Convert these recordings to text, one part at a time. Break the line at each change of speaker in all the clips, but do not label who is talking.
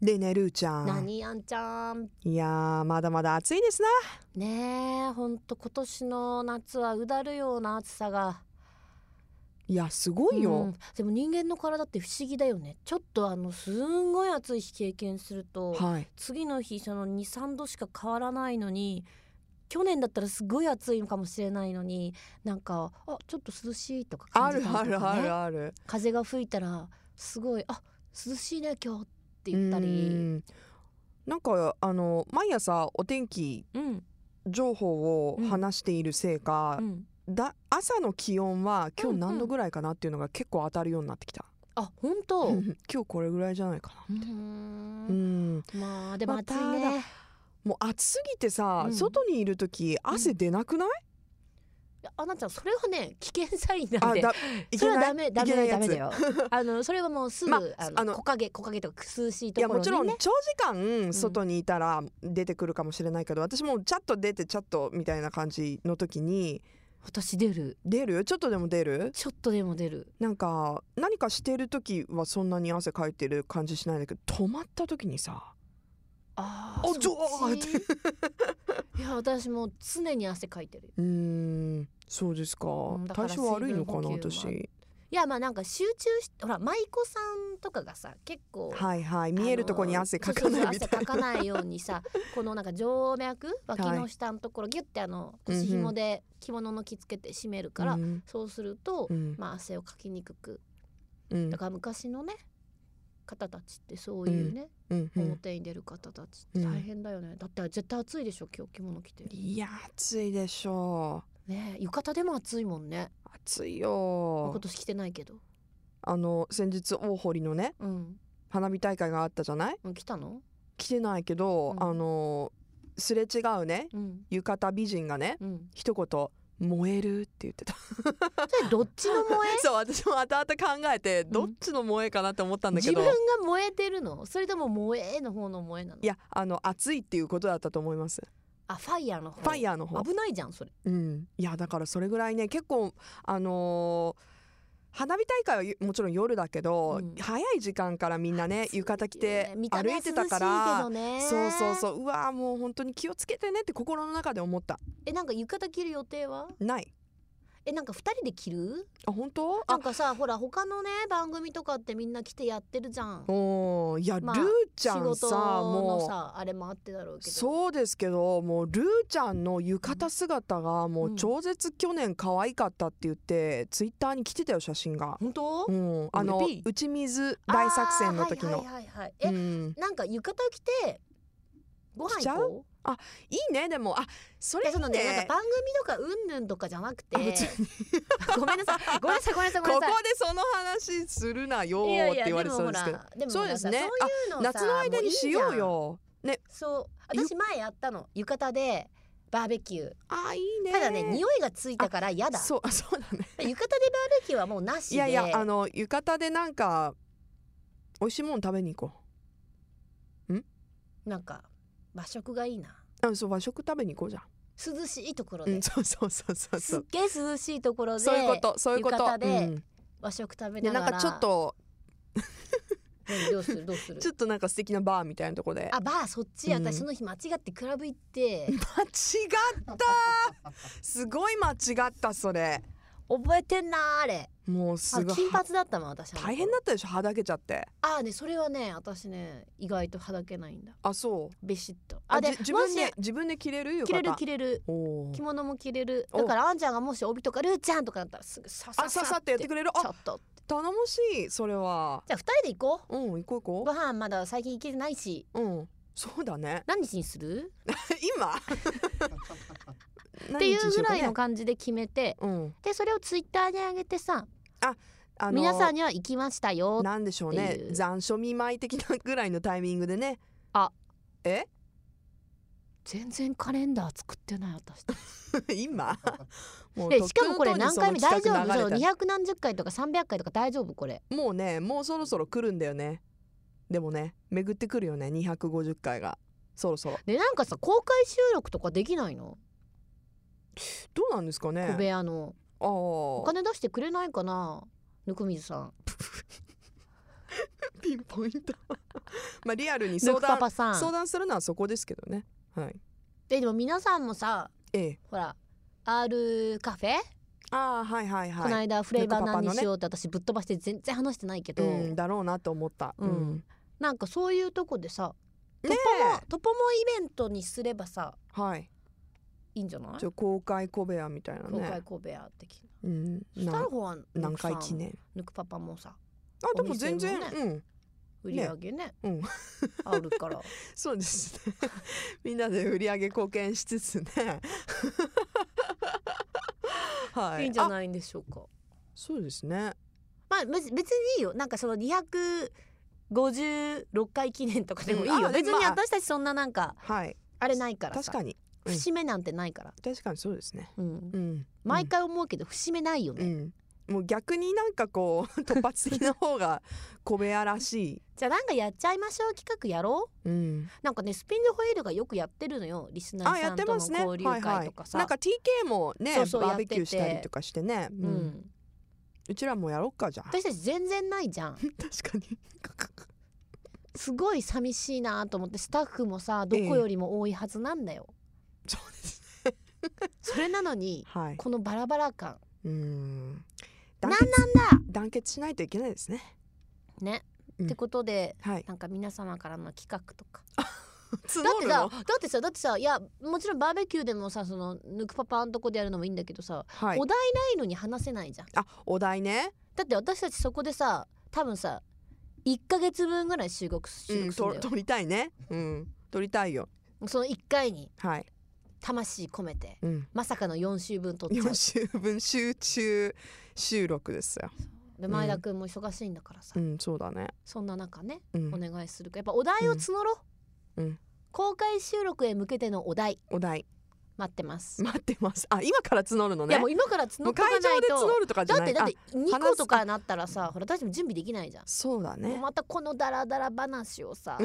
でねるーちゃん
何やんちゃん
いやーまだまだ暑いですな
ねえほんと今年の夏はうだるような暑さが
いやすごいよ、
うんでも人間の体って不思議だよねちょっとあのすんごい暑い日経験すると
はい
次の日その23度しか変わらないのに去年だったらすごい暑いのかもしれないのになんかあちょっと涼しいとか
あ
感じ
る
たりとか、
あ
ね、
るあるある
風が吹いたらすごいあ涼しいね今日って
う
言ったり
んなんかあの毎朝お天気
うん
情報を話しているせいか
う、ん
だ朝の気温は今
う
日
んうん
何度ぐらいかなっていうのが結構当たるようになってきた、
あ本当
う
うん
今日これぐらいじゃないか
ー
なみたいな、うんん、
まあでも
まあ
暑いね
もう暑すぎてさ、
うん
外にいる時汗出なくない、
いやあなちゃんそれはね危険サインなん
あ
で
だい
そ
け
れは
ない
ダメダ
いけな
メ
いや
ダ
つ
メだ よあのそれはもうすぐ、
まあ
あの
あの
木陰木陰とか涼しい
い
と
や
こ
も
ろに
ち
ね
ろん長時間外にいたら出てくるかもしれないけど、私もチャッと出てチャッとみたいな感じの時に
私出る
出るちょっとでも出る
ちょっとでも出る
なんか何かしてる時はそんなに汗かいてる感じしないんだけど止まった時にさ
あ
あ
ー
ゾ
そ
ー
っ
ン
ちいや私もう常に汗かいてるよ
うーんそうですか
んだか
体
ら
調悪いのかな
水分補給は
私
いやまあなんか集中しほら舞妓さんとかがさ結構
はいはい
あの
見えるとこに汗かかないみ
そうそうそう
たい
汗か
な
かないように さこのなんか静脈脇の下のところギュッてあの腰紐で着物の着付けて締めるから、
うん
そうすると、
うん
まあ汗をかきにくく
うん
だから昔のね方たちってそういうね、
うんうん
表に出る方たちって大変だよね、だって絶対暑いでしょ今日着物着て
いや暑いでしょ
ねえ浴衣でも暑いもんね
う暑い
今
よ
年着てないけど
あの先日大堀のね
うん
花火大会があったじゃない
うん来たの
来てないけど、
うん
あのすれ違うね
うん
浴衣美人がね
うん
一言「燃える」って言 ってた
それどっちの萌え
そう私も後々考えてどっちの燃えかなって思ったんだ
自
けど、
分が燃えてるのそれとも萌えの方の萌えなの
いやあの暑いっていうことだったと思います
あファイヤーの方
ファイヤーの方
危ないじゃんそれ
うん、いやだからそれぐらいね結構あのー花火大会はもちろん夜だけど、
うん
早い時間からみんなね浴衣着て
見た
歩
目はい涼してい
たから
けどね
そうそうそううわーもう本当に気をつけてねって心の中で思った
えなんか浴衣着る予定は
ない
えなんか二人で着る
あ本当
な
あ
んかさほら他のね番組とかってみんな来てやってるじゃん
おーいや、
まあ
ルーちゃん
仕
さ
事の
も
さあれもあってだろう
う
けど
そうですけどもうルーちゃんの浴衣姿がもう超絶去年可愛かったって言って、ツイッターに来てたよ写真が。
本当
うん、あの
俺 B
打ち水大作戦の時
あー
の、
はいはいはいはいえ、
うん、
なんか浴衣着てご飯
しちゃ
行
う
こう
いいねでもあそれい
いやその
い
ねなん
ね
か番組とかうんぬんとかじゃなくて
あ別
ごめんなさいごめんなさいごめんなさいごめ
ここ
んなさい
でその話するなよ
いや
ーっ
い
て
や
言われ
でも
そう
ほ
ですけど
らでも
そうですね
なんかそ
夏
ういうのさ
の間にしよ
も
う
いいじゃん
よね
そう私前やったの浴衣でバーベキュー
あいいね
ただね匂いがついたから嫌だ
そうあそうだね
浴衣でバーベキューはもうなしで
いやいやあの浴衣でなんか美味しいもの食べに行こ
なんか和食がいいな
うあそう和食食べに行こうじゃん、
涼しいところ
う
で
ん、そうそうそうそうそ
すっ
う
げえ涼しいところで
そういうことそういうこと
浴衣で
うん、
和食食べ
で
なが
な
ら
んかちょっと
何どうするどうす る
ちょっとなんか素敵なバーみたいなとこで
あバーそっち
うん
私その日間違ってクラブ行って
間違ったすごい間違ったそれ
覚えてんなーあれ
もうす
あ
ごい
金髪だったもん私
大変だったでしょはだけちゃって
ああねそれはね私ね意外とはだけないんだ
あそう
べしっと
あ
あで
じ自
も
分
し
で自分で着れる浴
着れる
衣
着れる
おー
着物も着れる
お
だからあんちゃんがもし帯とかるーちゃんとかだったらすぐささ
あささってやってくれる
ちょ
あ
っと
頼もしいそれは
じゃあ二人で行こう
うん行こう行
ご
こ
飯まだ最近行けてないし
ううんそうだね
何日にする
今
っていうぐら
何日に
いの
しようかね
感じで決めて
うん
でそれをツイッターに上げてさ
あの
皆さんには行きましたよ
なんでしょうね
っていう
残暑見舞い的なぐらいのタイミングでね
あ
え
全然カレンダー作ってない私たち
今も
でしかもこれ何回目大丈夫そう
夫
200何十回とか300回とか大丈夫これ
もうねもうそろそろ来るんだよねでもね巡ってくるよね250回がそろそろ
でなんかさ公開収録とかできないの
どうなんですか
小部
ね
屋の
ああ
お金出してくれないかな温水さん
ピンポイント まあリアルに
ル
相
クパ
談
パさ
相
ん
談するのはそこですけどねはい
ででも皆さんもさ
ええ
ほら R カフェ、
ああはいはい
この
はい
間フレーバー
ルクパパ
何
の
に
ね
しようって私ぶっ飛ばして全然話してないけど、
うんだろうなと思った
うんなんかそういうとこでさ
ね
あトポモイベントにすればさ
えはい
いいんじゃない
ちょ公開小部屋みたいなね
公開神戸や的
うん
な。そしたら
な
ほら
何回記念
ぬくパパもさ
あでも全
お
然、
店
うん
売り上げね
うん
ある から
そうですね みんなで売り上げ貢献しつつね はい
いいんじゃ
あ
ないんでしょうか。
そうですね
まあ別別にいいよなんかその256回記念とかでもいい
うん
よ、
あ
別に
まあ
私たちそんななんか
はい
あれないから
確
さ
かにうん
節目なんてないから、
確かにそうですね
うん
うん
毎回思うけど節目ないよ
う
ね、
ん、もう逆になんかこう 突発的な方が小部屋らし
じゃあなんかやっちゃいましょう企画やろう
い、うん、
なんかねスピンでホエールがよくやってるのよリスナ
あ
ー
や
さ
っ
ん
て
との
ますね
交流
はいは
会
い
とかさ、
なんか TK もね
そうそう
バーベキュー
やって
してたりとかしてね、うん
う、
うんちらもやろっかじゃあ
私たち全然ないじ ゃん
確か に
すごい寂しいなと思ってスタッフもさどこよりも多いはずなんだよ、
そうですね
それなのに
はい
このバラバラ感
うん
な
団
ん
結
なんだ
団結しないといけないですね
ね、
うん
ってことで
はい
なんか皆様からの企画とか
募
だって
る
さ
の
だってさだってさいやもちろんバーベキューでもさそのぬくパパんとこでやるのもいいんだけどさ、
はい
お題ないのに話せないじゃん
あお題ね
だって私たちそこでさ多分さ1ヶ月分ぐらい収録す収
う
録
ん
する
と
んだよ、
撮りたいねうん撮りたいよ
その1回に
はい
魂込めて
うん
まさかの4週分撮っちゃ
4週分集中収録ですよ
うで前田君も忙しいんだからさ、
うんそうだね
そんな中ね
うん
お願いするかやっぱお題を募ろう、
うんうん
公開収録へ向けてのお題
お題
待ってます、
待ってますあ今から募るの
いや
ね
もう今から
も
募っ
う
とか
会
ない
場で
と
募るとかじ
だ
ゃ
っ
ない
てだっ
あ
て2個とかなったらさほら私も準備できないじゃん、
そうだね
またこのダラダラ話をさ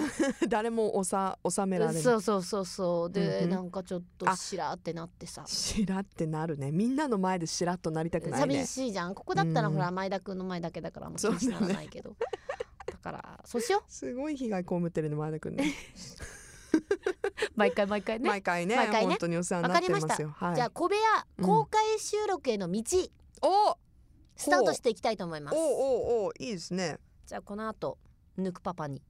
誰もおさ収められな
そ
いう
そうそうそうで、
うんうん
なんかちょっと
あ
しらーってなってさ、
しらってなるねみんなの前でしらっとなりたくない
寂
ね
しいじゃんここだったら
うん
ほら前田君の前だけだからもう気
そうだ
に
ね
しならないけど、だからそうしよ
すごい被害被ってるね前田くんね
う毎回毎回ね、
毎回ね
毎回ね
本当にお世話になってますよはい
じゃあ小部
う
屋
ん
公開収録への道、
お
スタートしていきたいと思います
おおおいいですね
じゃあこの後ぬくパ パに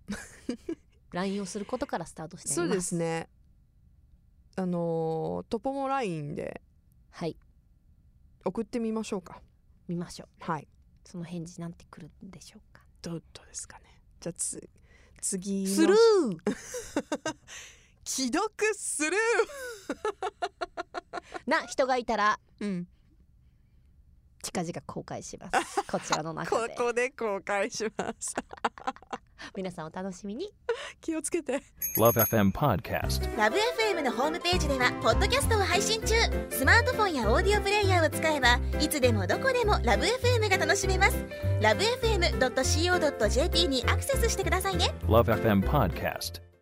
LINE をすることからスタートしています
そうですねあのートポモラインで
はい
送ってみましょうか
見ましょう
はい
その返事なんてくるんでしょうか
どうどうですかねじゃあつ次の
スルー
既読スル
な人がいたら
ーうん
近々公開しますこちらの中
こ
で
こで公開します
皆さんお楽しみに
気をつけて
Love FM Podcast.
ラブ f m のホームページではポッドキャストを配信中スマートフォンやオーディオプレイヤーを使えばいつでもどこでもラブ f m が楽しめますラブ FM.co.jp にアクセスしてくださいね
Love FM Podcast.